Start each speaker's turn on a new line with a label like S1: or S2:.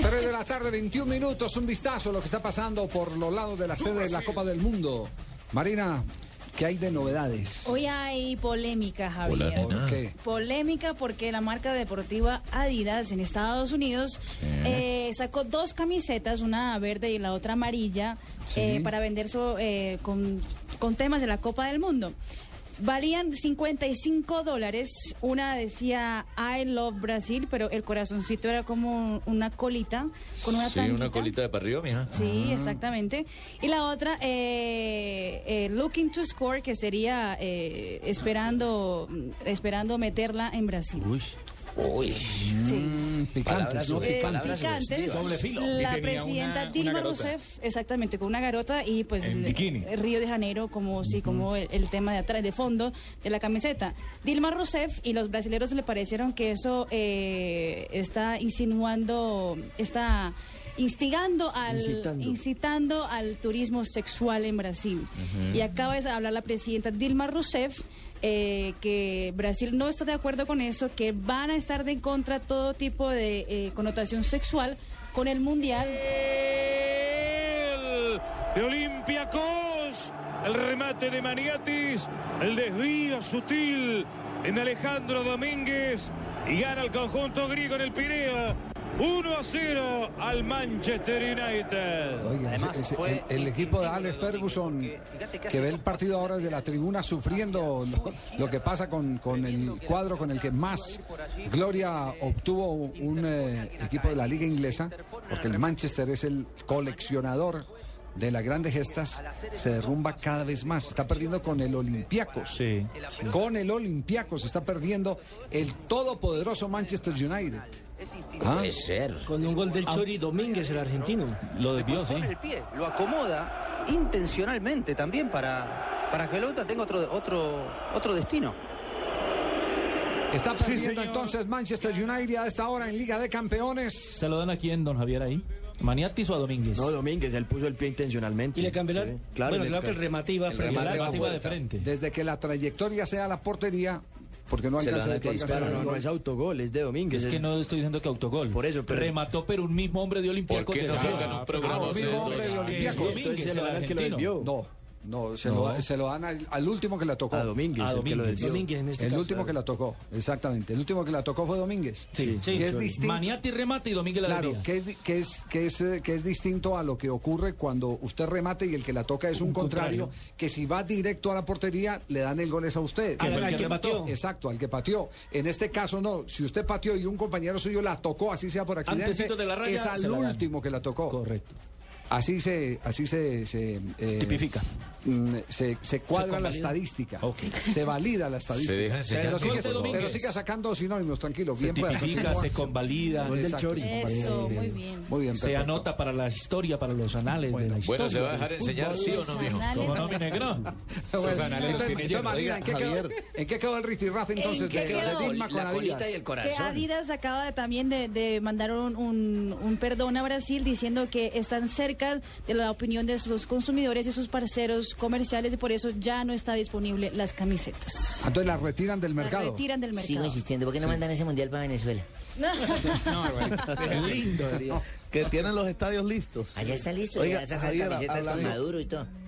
S1: 3 de la tarde, 21 minutos, un vistazo a lo que está pasando por los lados de la sede de la Copa del Mundo. Marina, ¿qué hay de novedades?
S2: Hoy hay polémica, Javier.
S1: ¿Por qué?
S2: Polémica porque la marca deportiva Adidas en Estados Unidos eh, sacó dos camisetas, una verde y la otra amarilla,
S1: Sí.
S2: eh, para vender so- eh, con, con temas de la Copa del Mundo. Valían 55 dólares. Una decía I love Brasil, pero el corazoncito era como una colita con una
S3: sí, una
S2: tanguita.
S3: colita de parrillo, mija.
S2: Sí, exactamente. Y la otra, eh, eh, Looking to Score, que sería eh, esperando, esperando meterla en Brasil.
S3: Uy.
S2: Sí.
S1: Mm, picantes,
S3: Palabras
S1: ¿no?
S3: sobre
S2: Eh,
S1: Picantes.
S3: palabras.
S2: picantes,
S3: Doble
S4: filo. Y
S2: la
S4: tenía
S2: presidenta
S4: una-
S2: Dilma
S4: una garota.
S2: Rousseff, exactamente, con una garota y pues
S4: En
S2: el-
S4: bikini.
S2: el Río de Janeiro como sí, como el, el tema de atrás, de fondo de la camiseta. Dilma Rousseff y los brasileños le parecieron que eso eh, está insinuando, está instigando al
S5: Incitando.
S2: incitando al turismo sexual en Brasil. Y acaba de hablar la presidenta Dilma Rousseff eh, que Brasil no está de acuerdo con eso, que van a estar de contra todo tipo de eh, connotación sexual con el mundial.
S6: Gol de Olympiacos. El remate de Maniatis, el desvío sutil en Alejandro Domínguez y gana el conjunto griego en el Pirea. 1 a 0 al Manchester United.
S1: Oiga,
S7: Además,
S1: ese- ese-
S7: fue
S1: el, el equipo de
S7: instintivo
S1: Alex
S7: de Domínguez,
S1: Ferguson,
S7: porque fíjate que
S1: que
S7: hace
S1: ve el
S7: dos
S1: partido
S7: pases
S1: ahora desde la
S7: laterales
S1: tribuna
S7: hacia
S1: sufriendo
S7: su
S1: lo,
S7: gira,
S1: lo que pasa con, con el
S7: previendo que la
S1: cuadro con el que
S7: pelota
S1: más
S7: iba a ir por allí,
S1: gloria
S7: porque se
S1: obtuvo un
S7: interpone
S1: eh,
S7: alguien acá,
S1: equipo de la
S7: eh,
S1: liga
S7: se
S1: inglesa,
S7: interpone
S1: porque el
S7: una-
S1: Manchester es el coleccionador
S7: pues,
S1: de las grandes gestas, se derrumba cada vez más, está perdiendo con el Olympiacos.
S4: Sí.
S1: Con el Olympiacos está perdiendo el todopoderoso Manchester United.
S7: Es instintivo.
S1: Ah,
S3: Puede ser.
S5: Con un gol del Chori Domínguez, el argentino.
S4: Ah. Lo desvió, sí.
S7: Pone el pie, lo acomoda intencionalmente también para, para que la pelota tenga otro, otro, otro destino.
S1: Está
S6: Sí,
S1: perdiendo
S6: señor.
S1: entonces Manchester United a esta hora en Liga de Campeones.
S4: ¿Se lo dan aquí en Don Javier ahí? ¿Maniatis o a Domínguez?
S8: No, Domínguez, él puso el pie intencionalmente.
S5: Y le cambió la...
S8: Sí, Claro,
S5: bueno,
S8: le-
S5: claro que el remate iba
S8: el
S5: frente al
S8: remate
S5: arco.
S8: va
S4: Batiba de
S8: puerta.
S4: frente.
S1: desde que la trayectoria sea la portería, porque no
S3: Se la
S1: alcanza
S3: dan
S1: de
S3: que disparan,
S8: No, no es autogol, es de Domínguez.
S4: Es que no estoy diciendo que autogol.
S8: Por eso, pero-
S4: Remató, pero un mismo hombre de Olimpiaco.
S3: ¿Por qué no sacan un
S4: Ah,
S3: programa
S1: ustedes dos?
S4: Olimpiaco.
S1: Entonces
S4: Domínguez,
S8: se
S4: el
S8: lo dan que lo
S4: argentino.
S8: desvió.
S1: No, no, se,
S4: No.
S1: Lo, se lo dan al, al último que la tocó.
S8: A Domínguez,
S4: A
S8: el que lo
S4: Domínguez.
S8: desvió.
S5: Domínguez en este
S1: el
S5: caso.
S1: último que la tocó, exactamente. El último que la tocó fue Domínguez.
S4: Sí, sí.
S1: Que es distinto.
S4: Maniati remate y Domínguez la
S1: Claro,
S4: desvía.
S1: que es, di- que, es, que, es, eh, que es distinto a lo que ocurre cuando usted remate y el que la toca es un,
S4: Un
S1: contrario,
S4: contrario.
S1: que si va directo a la portería le dan el gol es a usted.
S4: Que
S5: Al-
S4: fue el
S5: al
S4: que
S5: que
S4: remató.
S5: pateó.
S1: Exacto, al que pateó. En este caso no, si usted pateó y un compañero suyo la tocó, así sea por accidente,
S4: Antecito de la raya,
S1: es al
S4: se la dan.
S1: último que la tocó.
S4: Correcto.
S1: Así se, así se, se, eh,
S4: Tipifica.
S1: mm, Se, se cuadra la
S4: convalida.
S1: estadística.
S4: Ok.
S1: Se valida la estadística.
S3: Se deja enseñar
S1: pero,
S4: todo,
S1: sigue,
S4: por favor.
S1: pero siga sacando sinónimos, tranquilo.
S4: Se
S1: bien pueda,
S4: tipifica,
S1: continúa.
S4: se convalida,
S8: Gol del
S1: Exacto,
S8: Chori.
S1: se convalida.
S2: Eso, muy bien.
S1: Muy bien,
S4: se
S1: perfecto.
S4: anota para la historia, para los anales de la historia.
S3: Bueno, ¿se va a dejar enseñar sí o no, mijo?
S4: Como no, mi negro.
S1: Bueno,
S4: Sus anales
S1: entonces,
S4: tienen
S1: entonces,
S4: lleno.
S1: Marina, ¿en qué, quedó,
S8: Javier.
S1: en qué quedó el riffraff entonces
S2: qué
S1: de, de
S2: quedó?
S1: Dilma con
S3: La colita
S1: Adidas?
S3: y el
S2: Que
S3: corazón.
S2: Adidas acaba de- también de, de mandar un, un- un perdón a Brasil diciendo que están cerca de la opinión de sus consumidores y sus parceros comerciales y por eso ya no está disponible las camisetas.
S1: Entonces la retiran del
S2: Las
S1: mercado.
S2: retiran del
S9: Sigo
S2: mercado.
S9: insistiendo, ¿por qué no mandan ese mundial para Venezuela?
S4: Lindo, diría.
S10: que tienen los estadios listos.
S9: Allá está listo,
S10: Oiga,
S9: ya sacan
S10: Javier,
S9: camisetas con
S10: hablando-
S9: Maduro y todo.